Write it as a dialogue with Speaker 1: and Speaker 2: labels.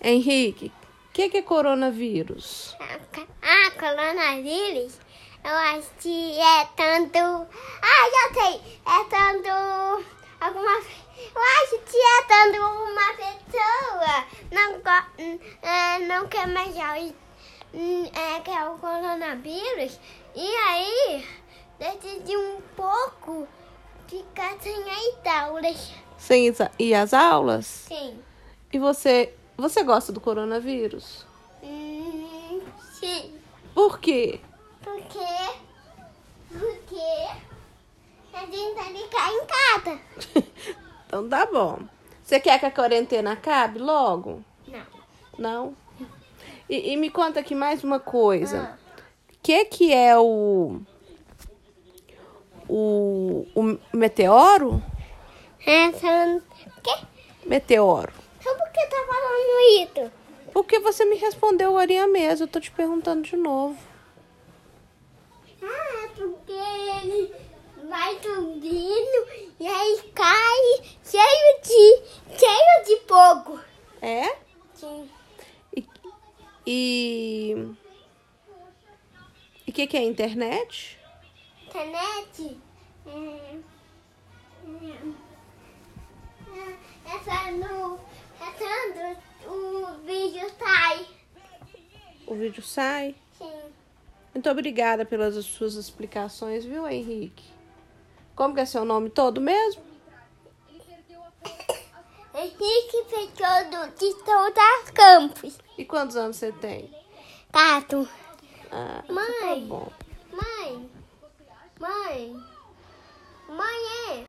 Speaker 1: Henrique, o que, que é coronavírus?
Speaker 2: Ah, coronavírus, eu acho que é tanto. Ah, já sei! É tanto. Alguma. Eu acho que é tanto uma pessoa não, go- é, não quer mais já o- é, que é o coronavírus e aí decide um pouco ficar sem as aulas.
Speaker 1: Sem exa- ir às aulas?
Speaker 2: Sim.
Speaker 1: E você, você gosta do coronavírus?
Speaker 2: Hum, sim.
Speaker 1: Por quê?
Speaker 2: Porque. Porque. A gente tá de cá em casa.
Speaker 1: Então tá bom. Você quer que a quarentena acabe logo?
Speaker 2: Não.
Speaker 1: Não? E, e me conta aqui mais uma coisa. O que, que é o, o. O meteoro?
Speaker 2: É, só. Quê?
Speaker 1: Meteoro.
Speaker 2: Só porque tá falando isso.
Speaker 1: Porque você me respondeu Arinha mesmo, eu tô te perguntando de novo.
Speaker 2: Ah, é porque ele vai subindo e aí cai cheio de. cheio de fogo.
Speaker 1: É?
Speaker 2: Sim.
Speaker 1: E. E o que, que é internet?
Speaker 2: Internet. É, é, é só no. É quando o vídeo sai.
Speaker 1: O vídeo sai.
Speaker 2: Sim.
Speaker 1: Muito obrigada pelas suas explicações, viu, Henrique? Como que é seu nome todo mesmo?
Speaker 2: Henrique fechou do Titão das Campos. Tá,
Speaker 1: E quantos anos você tem?
Speaker 2: Tato.
Speaker 1: Ah, então Tá
Speaker 2: Mãe.
Speaker 1: bom.
Speaker 2: Mãe. Mãe. Mãe é.